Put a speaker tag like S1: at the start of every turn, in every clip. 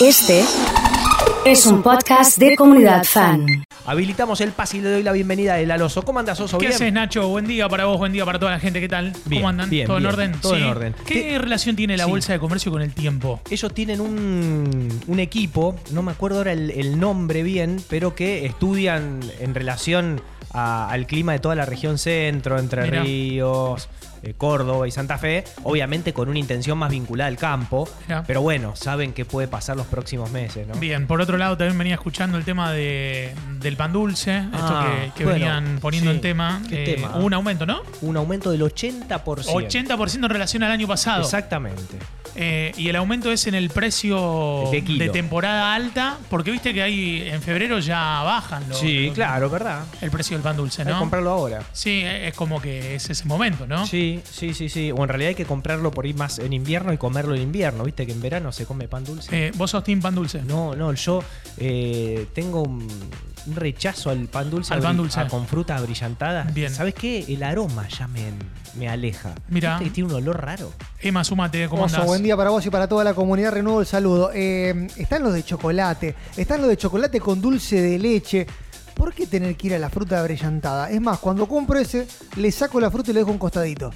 S1: Este es un podcast de comunidad fan.
S2: Habilitamos el pase y le doy la bienvenida a El Oso. ¿Cómo andas, Oso?
S3: ¿Qué
S2: ¿Bien?
S3: haces, Nacho? Buen día para vos, buen día para toda la gente. ¿Qué tal?
S2: Bien,
S3: ¿Cómo andan?
S2: bien,
S3: ¿Todo
S2: bien.
S3: en orden?
S2: Todo en orden.
S3: ¿Qué
S2: Te-
S3: relación tiene la
S2: Sí.
S3: bolsa de comercio con el tiempo?
S2: Ellos tienen un, un equipo, no me acuerdo ahora el, el nombre bien, pero que estudian en relación a- al clima de toda la región centro, Entre
S3: Mirá.
S2: Ríos, eh, Córdoba y Santa Fe. Obviamente con una intención más vinculada al campo,
S3: Mirá.
S2: pero bueno, saben qué puede pasar los próximos meses, ¿no?
S3: Bien, por otro lado también venía escuchando el tema de, del pan dulce,
S2: Ah,
S3: esto que, que
S2: bueno,
S3: venían poniendo
S2: sí.
S3: en tema.
S2: ¿Qué
S3: Eh,
S2: tema?
S3: Hubo un aumento, ¿no?
S2: Un aumento del 80%.
S3: 80% en relación al año pasado.
S2: Exactamente.
S3: Eh, y el aumento es en el precio
S2: De kilo.
S3: temporada alta, porque viste que ahí en febrero ya bajan los-
S2: sí,
S3: los-
S2: claro, ¿verdad?
S3: el precio del pan dulce,
S2: Hay que
S3: ¿no?
S2: comprarlo ahora.
S3: Sí, es como que es ese momento, ¿no?
S2: Sí, sí, sí, sí. O en realidad hay que comprarlo por ir más en invierno y comerlo en invierno. Viste que en verano se come pan dulce.
S3: Eh, vos sos team pan dulce.
S2: No, no, yo eh, tengo un, un rechazo al pan dulce,
S3: Al
S2: abri-
S3: pan dulce.
S2: a- con frutas brillantadas.
S3: Bien.
S2: ¿Sabes qué? El aroma ya me, me aleja.
S3: Mirá.
S2: ¿Viste que tiene un olor raro.
S3: Emma, súmate, ¿cómo
S4: Oso,
S3: andás?
S4: buen día para vos y para toda la comunidad. Renuevo el saludo. Eh, están los de chocolate. Están los de chocolate con dulce de leche. ¿Por qué tener que ir a la fruta brillantada? Es más, cuando compro ese, le saco la fruta y le dejo un costadito.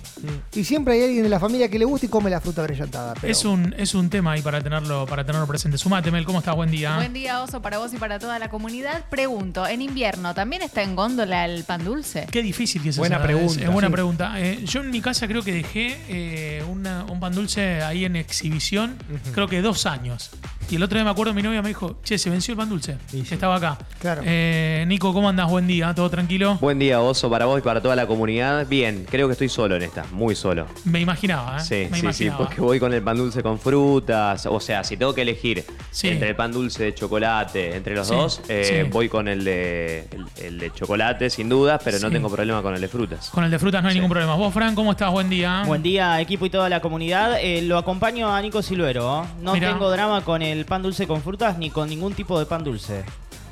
S4: Y siempre hay alguien de la familia que le gusta y come la fruta brillantada. pero-
S3: Mm. Es un, es un tema ahí para tenerlo, para tenerlo presente. Sumate, Mel, ¿cómo estás? Buen día.
S5: Buen día, Oso, para vos y para toda la comunidad. Pregunto, ¿en invierno también está en góndola el pan dulce?
S3: Qué difícil que es
S2: Buena
S3: esa,
S2: pregunta.
S3: Es, es buena
S2: Sí.
S3: pregunta. Eh, yo en mi casa creo que dejé eh, una- un pan dulce ahí en exhibición, creo que dos años. Y el otro día me acuerdo, mi novia me dijo, che, se venció el pan dulce.
S2: Y sí.
S3: Estaba acá.
S4: Claro.
S3: Eh, Nico, ¿cómo andás? Buen día, ¿todo tranquilo?
S6: Buen día, Oso, para vos y para toda la comunidad. Bien, creo que estoy solo en esta, muy solo.
S3: Me imaginaba, ¿eh?
S6: Sí,
S3: me
S6: sí, sí,
S3: imaginaba.
S6: porque voy con el pan dulce con frutas. O sea, si tengo que elegir
S3: Sí.
S6: entre el pan dulce de chocolate, entre los
S3: Sí,
S6: dos, eh,
S3: sí.
S6: voy con el de, el, el de chocolate, sin dudas, pero no
S3: Sí.
S6: tengo problema con el de frutas.
S3: Con el de frutas no hay ningún problema. Vos, Fran, ¿cómo estás? Buen día.
S7: Buen día, equipo y toda la comunidad. Eh, lo acompaño a Nico Silvero. ¿oh? No
S3: Mirá.
S7: tengo drama con el pan dulce con frutas ni con ningún tipo de pan dulce.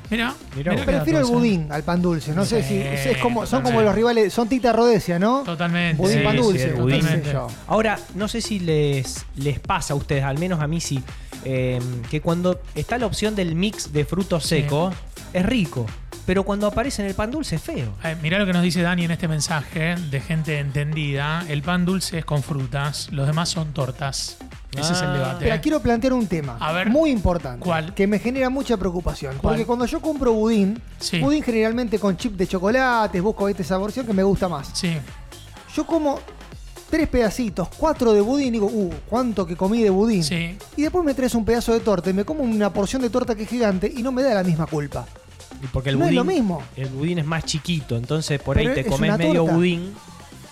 S3: Mira,
S2: Mirá vos.
S4: Prefiero el budín al pan dulce. No sé
S3: Sí,
S4: si es es como, son como
S3: totalmente.
S4: los rivales. Son Tita Rodesia, ¿no?
S3: Totalmente.
S4: Budín
S2: Sí,
S4: pan
S2: sí,
S4: dulce.
S2: el
S4: qué
S2: budín.
S4: sé yo.
S2: Ahora, no sé si les, les pasa a ustedes, al menos a mí sí, eh, que cuando está la opción del mix de frutos
S3: Sí.
S2: secos, es rico. Pero cuando aparece en el pan dulce es feo.
S3: Eh, mirá lo que nos dice Dani en este mensaje de gente entendida. El pan dulce es con frutas, los demás son tortas. Ese es el
S2: Ah.
S3: debate.
S4: Pero quiero plantear un tema
S3: A ver.
S4: muy importante
S3: ¿Cuál?
S4: que me genera mucha preocupación.
S3: ¿Cuál?
S4: Porque cuando yo compro budín,
S3: Sí.
S4: budín generalmente con chip de chocolates, busco este saborción que me gusta más.
S3: Sí,
S4: Yo como tres pedacitos, cuatro de budín, y digo, uh, cuánto que comí de budín.
S3: sí.
S4: Y después me traes un pedazo de torta y me como una porción de torta que es gigante y no me da la misma culpa.
S2: Y Porque el
S4: No es
S2: budín,
S4: lo mismo.
S2: El budín es más chiquito, entonces por
S4: Pero
S2: ahí te
S4: es
S2: comes
S4: una
S2: medio
S4: torta.
S2: budín.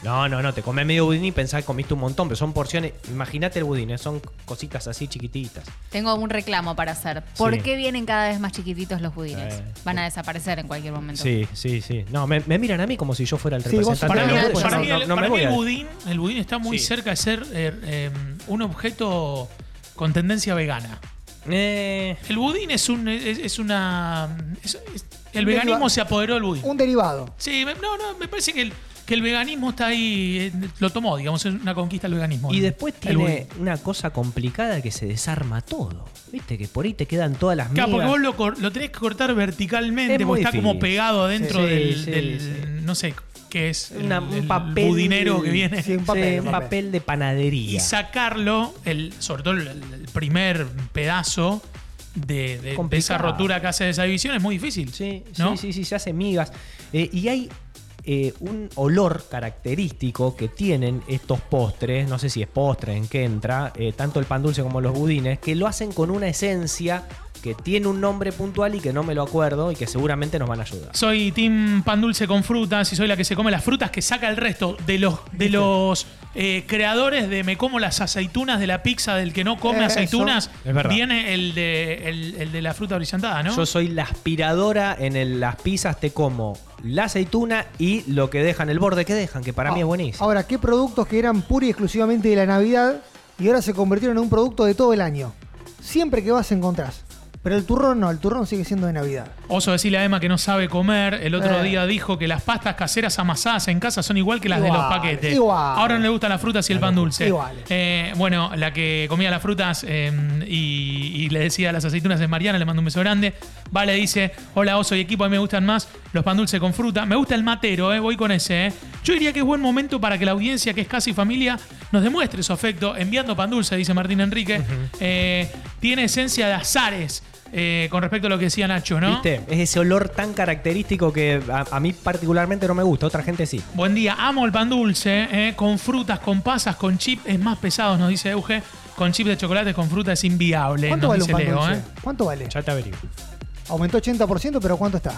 S2: No, no, no, te comes medio budín y pensás que comiste un montón, pero son porciones. Imagínate el budín, eh, son cositas así chiquititas.
S5: Tengo un reclamo para hacer. ¿Por
S2: Sí.
S5: qué vienen cada vez más chiquititos los budines?
S2: Eh,
S5: Van a desaparecer en cualquier momento.
S2: Sí, sí, sí. No, me, me miran a mí como si yo fuera el
S4: Sí, vos
S2: representante
S3: Para
S2: del
S3: mí,
S5: no,
S2: grupo.
S5: pues,
S3: para
S5: no,
S3: mí
S2: no,
S3: el,
S2: no me
S3: para mí
S2: voy
S3: el
S2: al-
S3: budín, el budín está muy
S2: Sí.
S3: cerca de ser eh, eh, un objeto con tendencia vegana.
S2: Eh,
S3: El budín es un es, es una es- es- el
S4: Un
S3: veganismo
S4: deriva-
S3: se apoderó del budín.
S4: Un derivado.
S3: Sí, me- no, no, me parece que el, que el veganismo está ahí, eh, lo tomó, digamos, es una conquista del veganismo.
S2: Y
S3: el-
S2: después
S3: el
S2: tiene
S3: budín.
S2: una cosa complicada que se desarma todo. Viste que por ahí te quedan todas las migas.
S3: Claro, porque vos lo, cor- lo tenés que cortar verticalmente,
S2: Es muy
S3: porque está como
S2: difícil.
S3: pegado adentro
S2: Sí,
S3: del,
S2: sí,
S3: del-
S2: sí.
S3: no sé, qué es el,
S2: Una- un
S3: el
S2: papel-
S3: budinero que viene.
S4: Sí, un
S2: Sí,
S4: papel.
S2: un
S4: un papel.
S2: papel de panadería.
S3: Y sacarlo, el, sobre todo el, el primer pedazo de, de- de esa
S2: Complicado.
S3: rotura que hace de esa división es muy difícil.
S2: Sí, sí,
S3: ¿no?
S2: sí, sí, se hace migas. Eh, y hay eh, un olor característico que tienen estos postres, no sé si es postre en qué entra, eh, tanto el pan dulce como los budines, que lo hacen con una esencia que tiene un nombre puntual y que no me lo acuerdo y que seguramente nos van a ayudar.
S3: Soy team pan dulce con frutas y soy la que se come las frutas que saca el resto de los de los eh, creadores de me como las aceitunas de la pizza del que no come
S4: Eso.
S3: aceitunas.
S2: Eh, Es verdad.
S3: Viene el de el, el de la fruta brillantada, ¿no?
S2: Yo soy la aspiradora en el- las pizzas, te como la aceituna y lo que dejan, el borde que dejan, que para mí es buenísimo.
S4: Ah, Ahora, ¿qué productos que eran pura y exclusivamente de la Navidad y ahora se convirtieron en un producto de todo el año? Siempre que vas encontrás. Pero el turrón no, el turrón sigue siendo de Navidad.
S3: Oso decirle a Emma que no sabe comer. El otro
S4: Eh.
S3: día dijo que las pastas caseras amasadas en casa son igual que las de los
S4: Igual,
S3: paquetes.
S4: igual.
S3: Ahora no le gustan las frutas y el pan dulce.
S4: iguales.
S3: Eh, bueno, la que comía las frutas eh, y, y le decía las aceitunas de Mariana, le mando un beso grande. Va, le dice, hola Oso y equipo, a mí me gustan más los pan dulce con fruta. Me gusta el matero, eh, voy con ese. eh. Yo diría que es buen momento para que la audiencia, que es casi familia, nos demuestre su afecto enviando pan dulce, dice Martín Enrique. Eh, tiene esencia de azares. eh, con respecto a lo que decía Nacho, ¿no?
S2: ¿Viste? Es ese olor tan característico que a, a mí particularmente no me gusta, otra gente sí.
S3: Buen día, amo el pan dulce, eh, con frutas, con pasas, con chip, es más pesado, nos dice Euge. Con chip de chocolate, con fruta es inviable,
S4: ¿Cuánto
S3: nos
S4: vale un
S3: dice
S4: pan
S3: Leo.
S4: dulce?
S3: eh.
S4: ¿Cuánto vale?
S2: Ya te averiguo.
S4: Aumentó 80%, pero ¿cuánto está?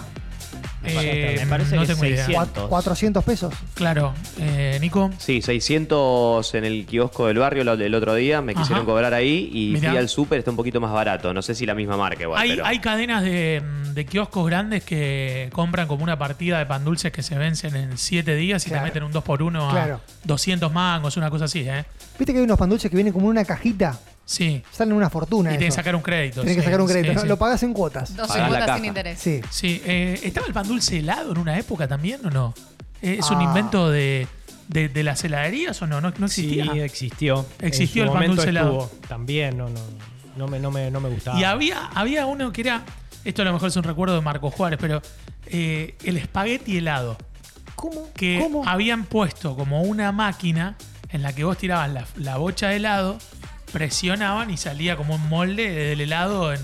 S7: Me parece-
S3: Eh,
S7: me parece
S3: no
S7: que
S3: tengo idea.
S7: 600.
S4: Cuat- 400 pesos.
S3: Claro, eh, Nico.
S6: Sí, 600 en el kiosco del barrio lo- el otro día, me quisieron
S3: Ajá.
S6: cobrar ahí y
S3: Mirá.
S6: fui al súper, está un poquito más barato. No sé si la misma marca igual,
S3: Hay,
S6: pero...
S3: hay cadenas de, mm, de kioscos grandes que compran como una partida de pan dulces que se vencen en 7 días y
S4: Claro.
S3: te meten un 2x1 a
S4: Claro.
S3: 200 mangos, una cosa así, ¿eh?
S4: Viste que hay unos pan dulces que vienen como en una cajita,
S3: Sí.
S4: salen una fortuna.
S3: Y tenés que
S4: esos.
S3: sacar un crédito.
S4: Tenés que
S3: sí,
S4: sacar un
S3: sí,
S4: crédito. ¿no?
S3: sí.
S4: Lo pagás en cuotas.
S5: 12
S6: Pagás la
S5: cuotas sin
S6: caja.
S5: interés.
S4: Sí.
S3: Sí, eh, ¿estaba el pan dulce helado en una época también o no? Eh, ¿Es un
S4: Ah.
S3: invento de, de- de las heladerías o no? No, no existía.
S2: Sí, existió.
S3: Existió
S2: En
S3: el
S2: su
S3: pan
S2: momento
S3: dulce helado.
S2: estuvo. También, no, no, no, me, no, me, no me gustaba.
S3: y había, había uno que era, esto a lo mejor es un recuerdo de Marco Juárez, pero eh, el espagueti helado.
S4: ¿Cómo?
S3: Que
S4: ¿Cómo?
S3: habían puesto como una máquina en la que vos tirabas la, la bocha de helado, presionaban y salía como un molde del helado en,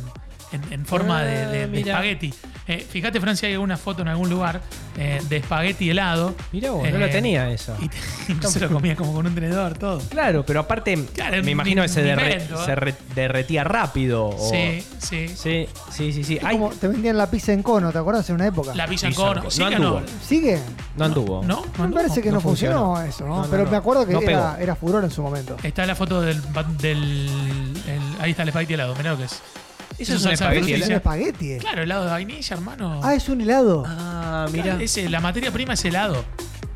S3: en- en forma de, de- de
S2: Ah, mirá.
S3: espagueti. Eh, fíjate, Francia, hay una foto en algún lugar eh, de espagueti helado. Eh,
S2: Mirá vos, no la tenía esa.
S3: Y te- se lo comía como con un tenedor, todo.
S2: Claro, pero aparte,
S3: Claro,
S2: me
S3: un
S2: imagino que se, derre-
S3: invento, ¿eh?
S2: se re- derretía rápido. o-
S3: Sí, sí.
S2: sí, sí, sí. sí.
S4: Es
S2: Ay,
S4: como te vendían la pizza en cono, ¿te acordás? En una época.
S3: La pizza
S2: Pizza
S3: en cono.
S2: con-
S3: ¿Sí
S2: no
S3: que no?
S2: anduvo.
S4: ¿Sigue?
S2: no anduvo.
S3: No, no
S4: Me parece
S3: anduvo.
S4: que no,
S2: no
S4: funcionó,
S2: funcionó.
S4: eso,
S2: No,
S4: ¿no?
S2: no,
S4: Pero
S2: no.
S4: me acuerdo que
S2: No
S4: era,
S2: pegó.
S4: era furor en su momento.
S3: Está la foto del. del el- ahí está el espagueti helado, mirá lo que es.
S2: ¿Eso es un
S3: salsa
S2: espagueti
S3: de
S4: Es un
S3: frutilla.
S2: helado?
S4: espagueti. eh.
S3: Claro, helado de vainilla, hermano.
S4: Ah, es un helado.
S2: Ah,
S3: Claro,
S2: mira,
S3: ese- eh, la materia prima es helado.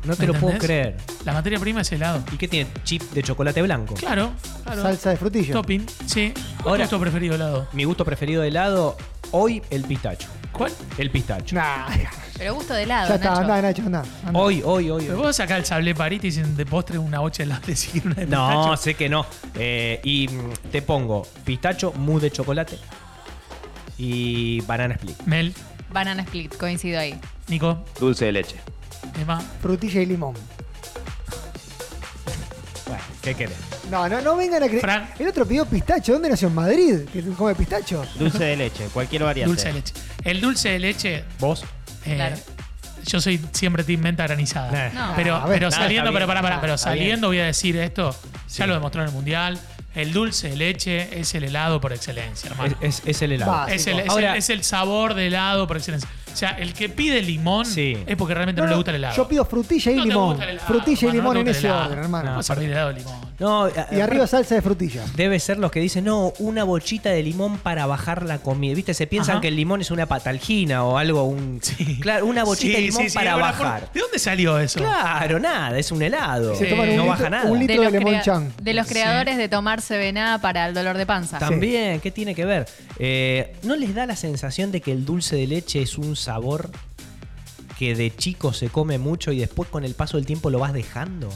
S2: no te lo
S3: ¿me
S2: puedo
S3: entendés?
S2: creer.
S3: La materia prima es helado.
S2: ¿Y qué tiene? Chip de chocolate blanco.
S3: Claro, claro.
S4: Salsa de frutilla.
S3: Topping, sí. ¿Cuál
S2: Ahora-
S3: es tu preferido helado?
S2: Mi gusto preferido de helado, hoy el pistacho.
S3: ¿Cuál?
S2: El pistacho.
S4: Nah,
S5: Pero gusto de
S4: ya
S5: helado,
S4: está,
S5: Nacho.
S4: anda, Nacho, anda. anda.
S2: Hoy, hoy, hoy.
S3: Pero
S2: hoy.
S3: vos sacás el sable parita y sin de postre una bocha de helado te siguen una de
S2: No,
S3: pistacho.
S2: sé que no. Eh, y mm, te pongo pistacho, mousse de chocolate y banana split.
S3: Mel,
S5: Banana split, coincido ahí.
S3: Nico,
S6: Dulce de leche.
S3: Emma.
S4: Frutilla y limón.
S2: Bueno, ¿qué querés?
S4: No, no, no vengan a creer.
S3: Fran.
S4: El otro pidió pistacho. ¿Dónde nació? ¿En Madrid? ¿Que come pistacho?
S7: Dulce de leche, cualquier variante.
S3: Dulce de leche. El dulce de leche.
S2: ¿Vos?
S3: eh,
S5: Claro.
S3: Yo soy siempre team menta granizada.
S2: Nah.
S5: No.
S3: Pero,
S4: Ah, a ver.
S3: pero
S7: Nah,
S3: saliendo,
S7: está
S3: pero
S7: bien.
S3: pará, pará,
S7: Ah,
S3: pero
S7: está
S3: saliendo voy a decir esto. Ya
S2: Sí.
S3: lo demostró en el mundial. El dulce de leche es el helado por excelencia, hermano.
S2: Es, es- es el helado.
S4: Va.
S3: Es el, es
S2: Ahora-
S3: el- es el sabor de helado por excelencia. O sea, el que pide limón
S2: Sí.
S3: es porque realmente no, le gusta el helado.
S4: Yo pido frutilla y
S3: No te
S4: limón.
S3: gusta el helado,
S4: frutilla y
S3: hermano, no
S4: limón
S3: te
S4: en
S3: gusta
S4: ese
S3: el helado.
S4: orden, hermano.
S3: No vas a pedir helado de limón.
S2: No,
S4: Y arriba salsa de frutilla.
S2: Debe ser los que dicen, no, una bochita de limón para bajar la comida. ¿Viste? Se piensan
S3: Ajá.
S2: que el limón es una patalgina o algo, un. Claro, una bochita
S3: Sí,
S2: de limón
S3: sí, sí,
S2: para
S3: ahora,
S2: bajar.
S3: ¿por- ¿De dónde salió eso?
S2: Claro, nada, es un helado.
S3: Se
S2: Eh,
S3: toman un
S2: no
S3: litro-
S2: baja nada.
S4: un litro- de limón
S5: crea-
S4: chan.
S5: de los creadores de tomar Cebená para el dolor de panza.
S2: También, ¿qué tiene que ver? Eh, ¿No les da la sensación de que el dulce de leche es un sabor que de chico se come mucho y después con el paso del tiempo lo vas dejando?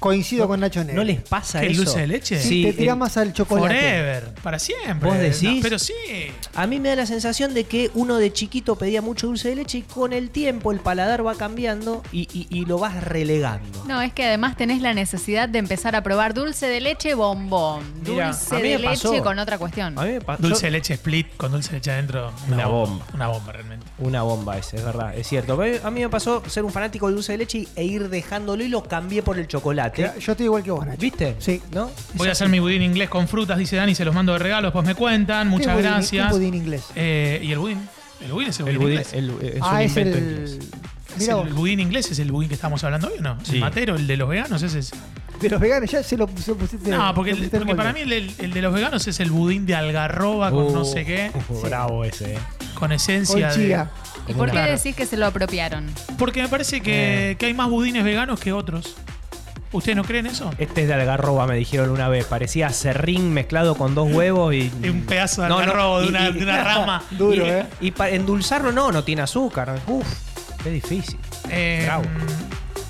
S4: Coincido con Nacho Negro.
S2: ¿No les pasa
S3: ¿Qué, el
S2: eso?
S3: dulce de leche?
S4: Sí,
S2: Sí,
S4: te tirás
S2: el-
S4: más al chocolate.
S3: Forever, para siempre.
S2: ¿Vos decís?
S3: No, pero sí.
S2: A mí me da la sensación de que uno de chiquito pedía mucho dulce de leche y con el tiempo el paladar va cambiando y, y- y lo vas relegando.
S5: No, es que además tenés la necesidad de empezar a probar dulce de leche bombón.
S2: Mirá,
S5: dulce
S2: a mí me
S5: de leche
S2: pasó.
S5: con otra cuestión.
S2: A mí me pasó.
S3: Dulce de leche split con dulce de leche adentro.
S2: Una bomba.
S3: Una bomba, realmente.
S2: Una bomba es, es verdad, es cierto. Pero A mí me pasó ser un fanático del dulce de leche y- e ir dejándolo y lo cambié por el chocolate.
S4: Yo estoy igual que vos, Nacho.
S2: ¿Viste?
S4: Sí.
S2: ¿No?
S3: Voy a hacer mi budín inglés con frutas, dice Dani, se los mando de regalo, después me cuentan.
S4: ¿Qué
S3: Muchas
S4: budín-
S3: gracias.
S4: qué budín inglés?
S3: Eh, ¿Y el budín? El budín es el budín. inglés.
S2: eh,
S4: ah, es el.
S3: Es
S4: Mira,
S3: el budín inglés es el budín que estamos hablando hoy o no?
S2: Sí.
S3: El matero, el de los veganos, ese es.
S4: de los veganos ya se lo, se lo pusiste.
S3: no, porque,
S4: lo
S3: el-
S4: pusiste en
S3: porque para mí
S4: molde.
S3: el, del- el de los veganos es el budín de algarroba con no sé qué,
S2: Oh, Bravo ese, eh.
S3: con esencia
S4: Con
S3: de.
S4: chía.
S5: ¿Y por qué
S3: Claro.
S5: decís que se lo apropiaron?
S2: Eh.
S3: Porque me parece que, que hay más budines veganos que otros. ¿Ustedes no creen eso?
S2: Este es de algarroba, me dijeron una vez. Parecía serrín mezclado con dos huevos y.
S3: De un pedazo de
S2: Eh, No, no,
S3: algarrobo, de,
S2: y-
S3: una,
S2: y-
S3: de una rama.
S4: Duro,
S2: y,
S4: ¿eh?
S2: Y para endulzarlo no, no tiene azúcar. Uf, qué difícil.
S3: Eh,
S2: Bravo.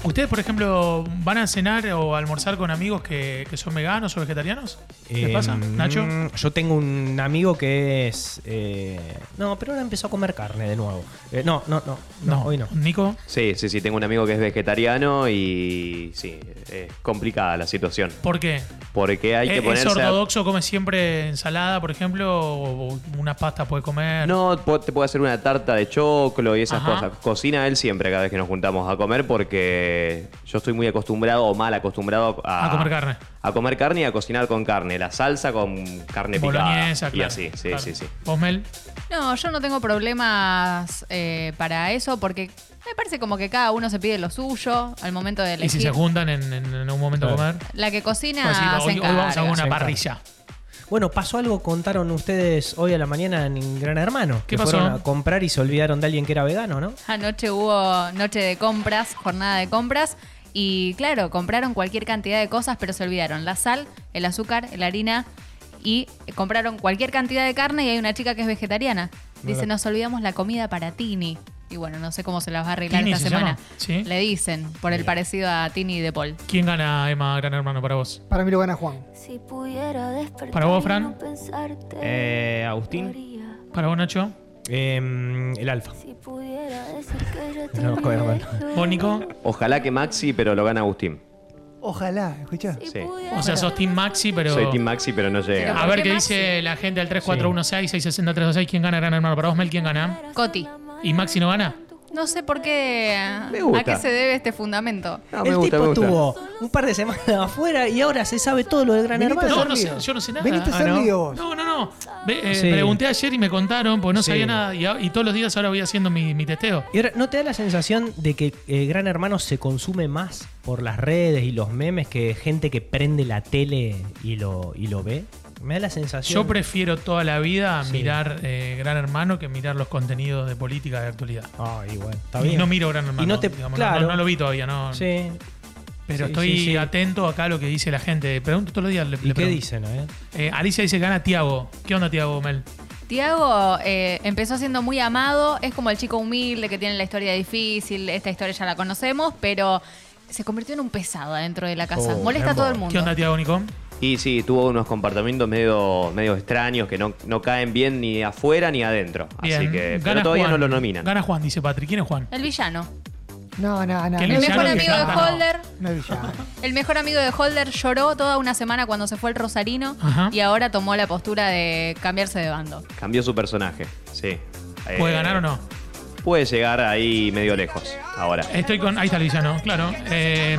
S3: ¿Ustedes, por ejemplo, van a cenar o a almorzar con amigos que, que son veganos o vegetarianos? ¿Qué
S2: Eh,
S3: pasa, Nacho?
S2: mm, Yo tengo un amigo que es. eh, no, pero ahora empezó a comer carne de nuevo. Eh, no, no, no, no, hoy no.
S3: ¿Nico?
S6: Sí, sí, sí, tengo un amigo que es vegetariano y sí, es complicada la situación.
S3: ¿Por qué?
S6: Porque hay que
S3: Eh, ¿Es- ¿Es
S6: ponerse... a-
S3: ortodoxo? ¿Come siempre ensalada, por ejemplo? ¿O o una pasta puede comer?
S6: No, po- te puede hacer una tarta de choclo y esas
S3: Ajá.
S6: cosas. Cocina él siempre cada vez que nos juntamos a comer porque yo estoy muy acostumbrado o mal acostumbrado a,
S3: A comer carne.
S6: A comer carne y a cocinar con carne. La salsa con carne
S3: Boloñesa,
S6: picada.
S3: claro.
S6: Y así, sí,
S3: claro.
S6: sí, sí.
S3: ¿Vos, Mel?
S5: No, yo no tengo problemas eh, para eso porque me parece como que cada uno se pide lo suyo al momento de
S3: ¿Y si
S5: elegir.
S3: se juntan en, en- en un momento a
S2: Claro.
S3: comer?
S5: la que cocina
S3: Puedes decir,
S5: se
S3: hoy, hoy vamos a
S5: encarga.
S3: una
S2: Se encarga.
S3: parrilla.
S2: Bueno, pasó algo, contaron ustedes hoy a la mañana en Gran Hermano. que
S3: ¿Qué pasó?
S2: Fueron a comprar y se olvidaron de alguien que era vegano, ¿no?
S5: Anoche hubo noche de compras, jornada de compras. Y claro, compraron cualquier cantidad de cosas, pero se olvidaron la sal, el azúcar, la harina y compraron cualquier cantidad de carne. Y hay una chica que es vegetariana. Dice, nos olvidamos la comida para Tini. Y bueno, no sé cómo se las va a arreglar
S3: Tini
S5: esta
S3: se
S5: semana.
S3: llama, ¿sí?
S5: Le dicen, por el parecido a Tini de Paul.
S3: ¿Quién gana, Emma, Gran Hermano, para vos?
S4: Para mí lo gana Juan.
S8: Si pudiera despertar
S3: Para vos, Fran.
S8: y no pensarte,
S7: Eh,
S8: lo
S7: Agustín.
S8: haría.
S3: ¿Para vos, Nacho?
S2: Em, el alfa.
S8: Si pudiera decir que yo te
S2: No, bueno, bueno.
S8: olvidé,
S3: ¿Vos, Nico?
S6: Ojalá que Maxi, pero lo gana Agustín.
S4: Ojalá, ¿escuchás?
S8: si
S6: Sí.
S8: pudiera
S3: O sea, sos Team Maxi, pero...
S6: Soy Team Maxi, pero no llega.
S3: A ver qué
S5: Porque
S3: dice la gente al 3416-660-326. ¿Quién gana Gran Hermano? Para vos, Mel, ¿quién gana?
S5: Coti.
S3: ¿Y Maxi no gana?
S5: No sé por qué.
S6: Me gusta.
S5: ¿A qué se debe este fundamento?
S4: Ah,
S6: No,
S2: el
S6: me gusta,
S2: tipo
S6: me gusta.
S2: estuvo un par de semanas afuera y ahora se sabe todo lo de Gran
S4: Viniste
S2: Hermano.
S3: No, no
S4: ser
S3: sé,
S4: lío.
S3: yo no sé nada.
S4: Veniste a
S3: Ah,
S4: ser
S3: no.
S4: lío vos.
S3: No, no, no. Ve- eh,
S2: Sí.
S3: Pregunté ayer y me contaron, porque no
S2: Sí.
S3: sabía nada. Y, a- y todos los días ahora voy haciendo mi, mi testeo.
S2: Y ahora, ¿no te da la sensación de que eh, Gran Hermano se consume más por las redes y los memes que gente que prende la tele y lo, y lo ve? Me da la sensación.
S3: Yo prefiero toda la vida
S2: Sí.
S3: mirar eh, Gran Hermano que mirar los contenidos de política de actualidad.
S2: Ah, igual, está
S3: Y
S2: bien.
S3: no miro Gran Hermano.
S2: Y no te-
S3: digamos, no-
S2: claro.
S3: no, no lo vi todavía, no.
S2: Sí.
S3: Pero
S2: Sí,
S3: estoy
S2: sí, sí.
S3: atento acá a lo que dice la gente. Pregunto todos los días. Le,
S2: ¿Y
S3: le
S2: qué
S3: pregunto.
S2: dicen, eh?
S3: Eh, Alicia dice gana Tiago. ¿Qué onda, Tiago Mel?
S5: Tiago eh, empezó siendo muy amado, es como el chico humilde que tiene la historia difícil, esta historia ya la conocemos, pero se convirtió en un pesado dentro de la casa.
S2: Oh,
S5: Molesta a todo el mundo.
S3: ¿Qué onda, Tiago Nico?
S6: Y sí, tuvo unos comportamientos medio, medio extraños que no, no caen bien ni afuera ni adentro. Así
S3: Bien.
S6: que
S3: Gana
S6: pero todavía
S3: Juan.
S6: no lo nominan.
S3: Gana Juan, dice Patrick. ¿Quién es Juan?
S5: El villano.
S4: No, no, no.
S3: Que
S4: no
S5: El
S4: es
S3: villano
S5: mejor
S3: que
S5: amigo
S4: villano.
S5: de
S3: canta, no.
S5: Holder.
S4: No es villano.
S5: El mejor amigo de Holder lloró toda una semana cuando se fue el Rosarino
S3: Ajá.
S5: y ahora tomó la postura de cambiarse de bando.
S6: Cambió su personaje, sí.
S3: ¿Puede
S6: Eh,
S3: ganar o no?
S6: Puede llegar ahí medio lejos ahora.
S3: Estoy con. Ahí está el villano, claro. Eh,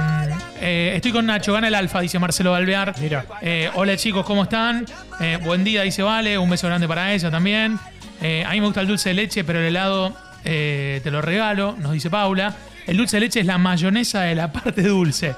S3: eh, estoy con Nacho, gana el alfa, dice Marcelo Balvear.
S2: Mira.
S3: Eh, hola chicos, ¿cómo están? Eh, buen día, dice Vale. Un beso grande para ella también. Eh, a mí me gusta el dulce de leche, pero el helado eh, te lo regalo, nos dice Paula. El dulce de leche es la mayonesa de la parte dulce.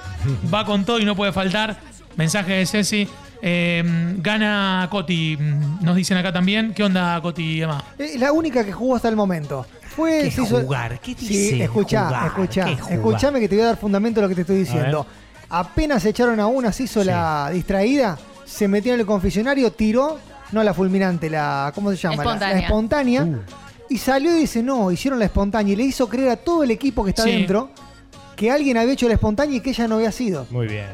S3: Va con todo y no puede faltar. Mensaje de Ceci. Eh, gana Coti, nos dicen acá también. ¿Qué onda, Coti y Emma?
S4: Es Eh, la única que jugó hasta el momento. Fue,
S2: ¿Qué
S4: se hizo-
S2: jugar? ¿Qué
S4: Sí,
S2: dicen?
S4: escuchá,
S2: Jugar,
S4: escuchá.
S2: ¿qué jugar?
S4: Escuchame que te voy a dar fundamento a lo que te estoy diciendo. Apenas echaron a una, se hizo
S2: Sí.
S4: la distraída, se metió en el confesionario, tiró, no la fulminante, la. ¿Cómo se llama? La- La,
S5: Espontánea.
S4: espontánea. Y salió y dice, no, hicieron la espontánea. Y le hizo creer a todo el equipo que está
S3: Sí.
S4: dentro que alguien había hecho la espontánea y que ella no había sido.
S2: Muy bien.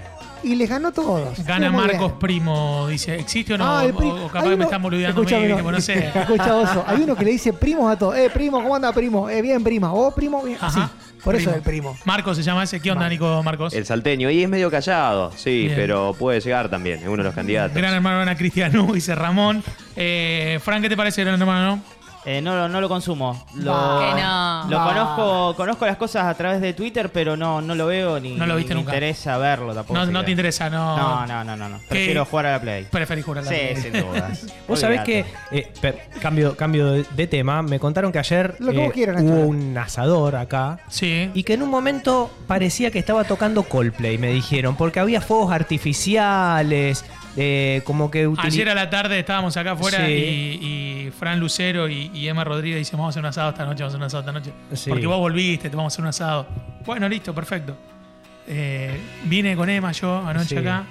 S4: Y les ganó a todos.
S3: Gana
S4: Estuvo muy bien.
S3: Marcos Primo, dice, ¿existe o no?
S4: Ah, el pri-
S3: o, o
S4: hay
S3: capaz que me
S4: uno-
S3: están boludeando, a mí,
S4: escuchame,
S3: que, bueno, no sé.
S4: Escucha, Oso, hay uno que le dice primos a todos. Eh, primo, ¿cómo anda, primo? Eh, bien, prima. Oh, primo, bien. Así.
S3: Ajá.
S4: Por eso es el primo.
S3: Marcos se llama ese. ¿Qué onda, Nico Marcos?
S6: El salteño. Y es medio callado, sí,
S3: Bien.
S6: pero puede llegar también. Es uno de los candidatos.
S3: Gran hermano Ana Cristiano, dice Ramón. Eh, Fran, ¿qué te parece, gran hermano?
S7: Eh, no, lo- no lo consumo. Lo,
S4: Bah.
S5: Que no.
S7: lo
S4: Bah.
S7: conozco, conozco las cosas a través de Twitter, pero no, no lo veo ni
S3: No lo viste
S7: ni me
S3: nunca.
S7: interesa verlo tampoco.
S3: No,
S7: así
S3: no
S7: que-
S3: te interesa, no.
S7: No, no, no, no. no. Prefiero
S3: ¿Qué?
S7: jugar a la Play.
S3: Preferís jugar a la
S7: Sí,
S3: Play.
S7: sin dudas.
S2: Vos sabés que,
S7: Olvídate.
S2: eh, per- cambio, cambio de, de tema, me contaron que ayer
S4: Lo que vos
S2: eh,
S4: quieras, Nacho.
S2: hubo un asador acá
S3: Sí.
S2: y que en un momento parecía que estaba tocando Coldplay, me dijeron, porque había fuegos artificiales, eh, como que utili-
S3: Ayer a la tarde estábamos acá afuera
S2: Sí.
S3: y, y Fran Lucero y, y Emma Rodríguez dicen, vamos a hacer un asado esta noche, vamos a hacer un asado esta noche.
S2: Sí.
S3: Porque vos volviste, te vamos a hacer un asado. Bueno, listo, perfecto. eh, vine con Emma yo anoche
S2: Sí.
S3: acá.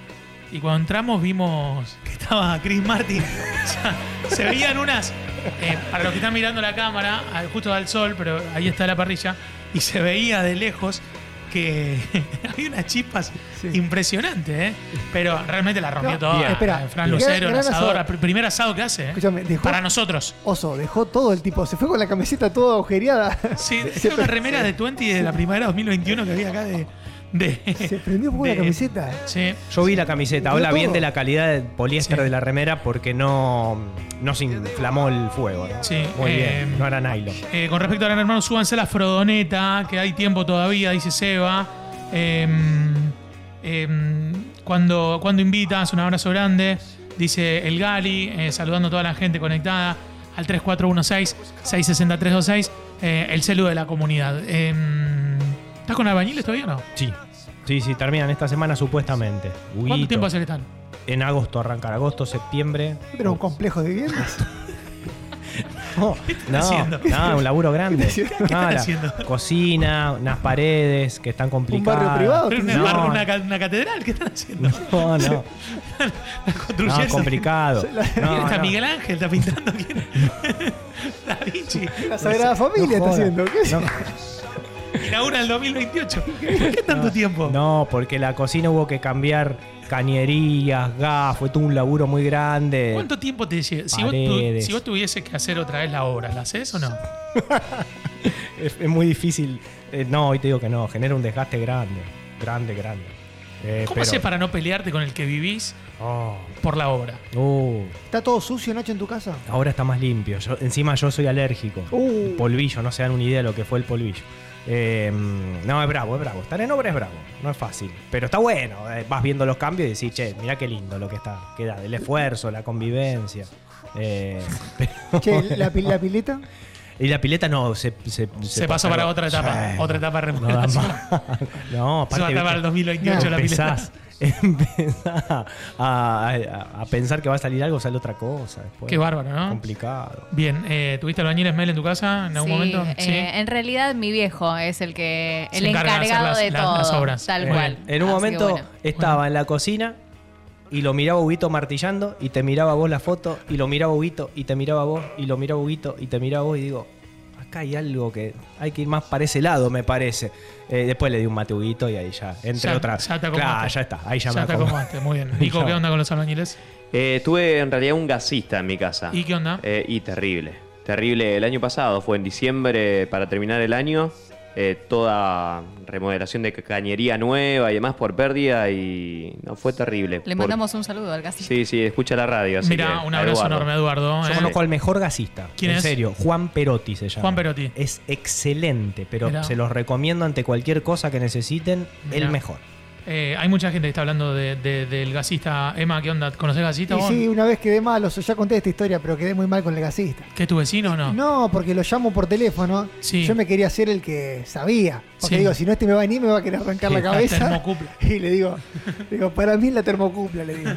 S3: Y cuando entramos vimos que estaba Chris Martin. O sea, se veían unas. eh, para los que están mirando la cámara, al- justo da el sol, pero ahí está la parrilla. Y se veía de lejos que había unas chispas impresionantes, ¿eh? Pero realmente la rompió
S4: No,
S3: todo.
S4: bien. Espera,
S3: Fran
S4: bien.
S3: Lucero, el
S4: Gran- gran
S3: asador,
S4: asador.
S3: el primer asado que hace, ¿eh?
S4: Escúchame, dejó-
S3: Para nosotros.
S4: Oso, dejó todo el tipo. Se fue con la camiseta toda agujereada.
S3: Sí,
S4: Se
S3: era una remera de 20 de la primavera 2021 que había acá de. de-
S4: Se prendió por la
S3: de-
S4: camiseta.
S3: Sí.
S2: Yo vi la camiseta, habla
S4: Todo.
S2: bien de la calidad del poliéster
S3: Sí.
S2: de la remera porque no, no se inflamó el fuego. ¿no?
S3: Sí,
S2: Muy
S3: eh,
S2: bien, no era nylon.
S3: Eh, con respecto a Gran Hermano, súbanse la Frodoneta, que hay tiempo todavía, dice Seba. Eh, eh, cuando, cuando invitas, un abrazo grande. Dice el Gali, eh, saludando a toda la gente conectada al 3416-660-326, eh, el celu de la comunidad. Eh, ¿Estás con albañiles todavía o no?
S2: Sí. Sí, sí, terminan esta semana supuestamente.
S3: ¿Cuánto
S2: Huguito.
S3: tiempo hace que están?
S2: En agosto arrancar, agosto, septiembre.
S4: Era un complejo de viviendas.
S2: No, no,
S3: haciendo?
S2: no, un laburo grande. Ah, la
S3: haciendo?
S2: Cocina, unas paredes que están complicadas.
S4: privado?
S3: ¿Una,
S2: No,
S3: barra- una ca- una catedral? ¿Qué están haciendo?
S2: No, no, no,
S3: Construyendo.
S2: complicado.
S3: ¿Quién
S2: No,
S3: está
S2: no.
S3: Miguel Ángel? ¿Está pintando quién? da Vinci.
S4: La Sagrada Familia
S2: joda.
S4: está haciendo. ¿Qué es?
S3: Inaugura el 2028. ¿Por qué tanto tiempo?
S2: No, porque la cocina hubo que cambiar cañerías, gas, fue todo un laburo muy grande.
S3: ¿Cuánto tiempo te lleva? Si vos, tu-
S2: eh, Paredes.
S3: si vos tuvieses que hacer otra vez la obra, ¿la haces o no?
S2: Es, es muy difícil. Eh, no, hoy te digo que no, genera un desgaste grande, grande, grande. Eh,
S3: ¿Cómo
S2: pero-
S3: haces para no pelearte con el que vivís
S2: Oh,
S3: por la obra?
S2: uh,
S4: ¿Está todo sucio, Nacho, en tu casa?
S2: ahora está más limpio. Yo- encima yo soy alérgico.
S4: Uh.
S2: El polvillo, no se dan una idea de lo que fue el polvillo. Eh, no, es bravo, es bravo. Estar en obra es bravo, no es fácil. Pero está bueno, eh, vas viendo los cambios y decís, che, mirá qué lindo lo que está, queda, el esfuerzo, la convivencia. Eh, pero-
S4: Che, la, pi- la pileta.
S2: Y la pileta no, se, se,
S3: Se pasó para otra etapa, otra etapa de
S2: No, da
S3: remodelación.
S2: más. no
S3: Se va a
S2: aparte,
S3: acabar el
S2: viste,
S3: 2028 la pileta.
S2: empezás, empezás a, a- a pensar que va a salir algo, sale otra cosa después.
S3: Qué bárbaro, ¿no?
S2: Complicado.
S3: Bien, eh, ¿tuviste albañil Esmel en tu casa en algún
S5: Sí,
S3: momento?
S5: eh, En realidad, mi viejo es el que
S3: Se
S5: el
S3: encarga de hacer
S5: encargado
S3: las-
S5: de
S3: las-
S5: todo.
S3: las obras.
S5: Tal
S3: Muy
S5: cual.
S2: Eh, En un
S5: Así que
S2: momento
S5: bueno.
S2: estaba en la cocina y lo miraba Huguito martillando y te miraba vos la foto y lo miraba Huguito y te miraba vos y lo miraba Huguito y te miraba vos y digo, acá hay algo que hay que ir más para ese lado, me parece. Eh, después le di un mate a Huguito y ahí ya, entre
S3: Ya-
S2: otra.
S3: ya te acomodaste.
S2: claro, ya está, ahí ya,
S3: Ya,
S2: me
S3: te
S2: acomodo.
S3: acomodaste, muy bien. Nico,
S2: Ya.
S3: ¿qué onda con los albañiles?
S6: Eh, tuve en realidad un gasista en mi casa.
S3: ¿Y qué onda?
S6: Eh, y terrible. Terrible. El año pasado fue en diciembre para terminar el año. eh, toda remodelación de cañería nueva y demás por pérdida y no fue terrible.
S5: Le
S6: Por-
S5: mandamos un saludo al casino.
S6: Sí, sí, escucha la radio. así
S3: Mira,
S6: que,
S3: un abrazo
S6: Eduardo.
S3: enorme a Eduardo.
S2: Yo
S3: ¿eh?
S2: conozco al mejor gasista.
S3: ¿Quién
S2: en
S3: es?
S2: serio, Juan Perotti se llama.
S3: Juan Perotti.
S2: Es excelente, pero
S3: Mirá.
S2: se los recomiendo ante cualquier cosa que necesiten,
S3: Mirá.
S2: el mejor.
S3: Eh, hay mucha gente que está hablando de- de- del gasista. Emma, ¿qué onda? ¿Conoces gasista
S4: Y
S3: vos?
S4: sí, una vez quedé mal, Oso, ya conté esta historia, pero quedé muy mal con el gasista.
S3: ¿Que es tu vecino o no?
S4: No, porque lo llamo por teléfono.
S3: Ah. Sí.
S4: Yo me quería hacer el que sabía. Porque
S3: Sí.
S4: digo, si no este me va a venir, me va a querer arrancar la
S3: La
S4: cabeza.
S3: termocupla.
S4: Y le digo, digo, para mí es la termocupla, le digo.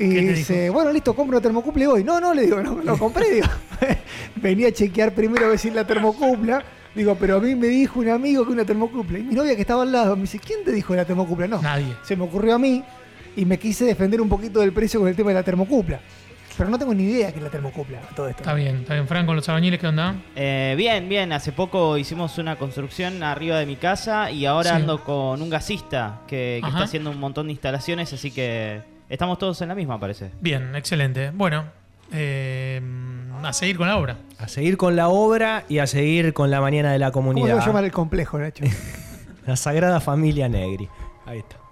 S4: Y
S3: ¿Qué te
S4: dice, bueno, listo, compro una termocupla y voy. No, no, le digo, no, lo compré, digo. Venía a chequear primero a ver si es la termocupla. Digo, pero a mí me dijo un amigo que una termocupla. Y mi novia que estaba al lado me dice, ¿quién te dijo la termocupla? No.
S3: Nadie.
S4: Se me ocurrió a mí y me quise defender un poquito del precio con el tema de la termocupla. Pero no tengo ni idea que es la termocupla, todo esto.
S3: Está bien, está bien. Fran, con los albañiles, ¿qué onda?
S7: Eh, bien, bien. Hace poco hicimos una construcción arriba de mi casa y ahora
S3: Sí.
S7: ando con un gasista que, que
S3: Ajá.
S7: está haciendo un montón de instalaciones, así que estamos todos en la misma, parece.
S3: Bien, excelente. Bueno, eh, a seguir con la obra.
S2: A seguir con la obra y a seguir con la mañana de la
S4: ¿Cómo se va
S2: comunidad.
S4: a llamar el complejo, Nacho?
S2: La Sagrada Familia Negri. Ahí está.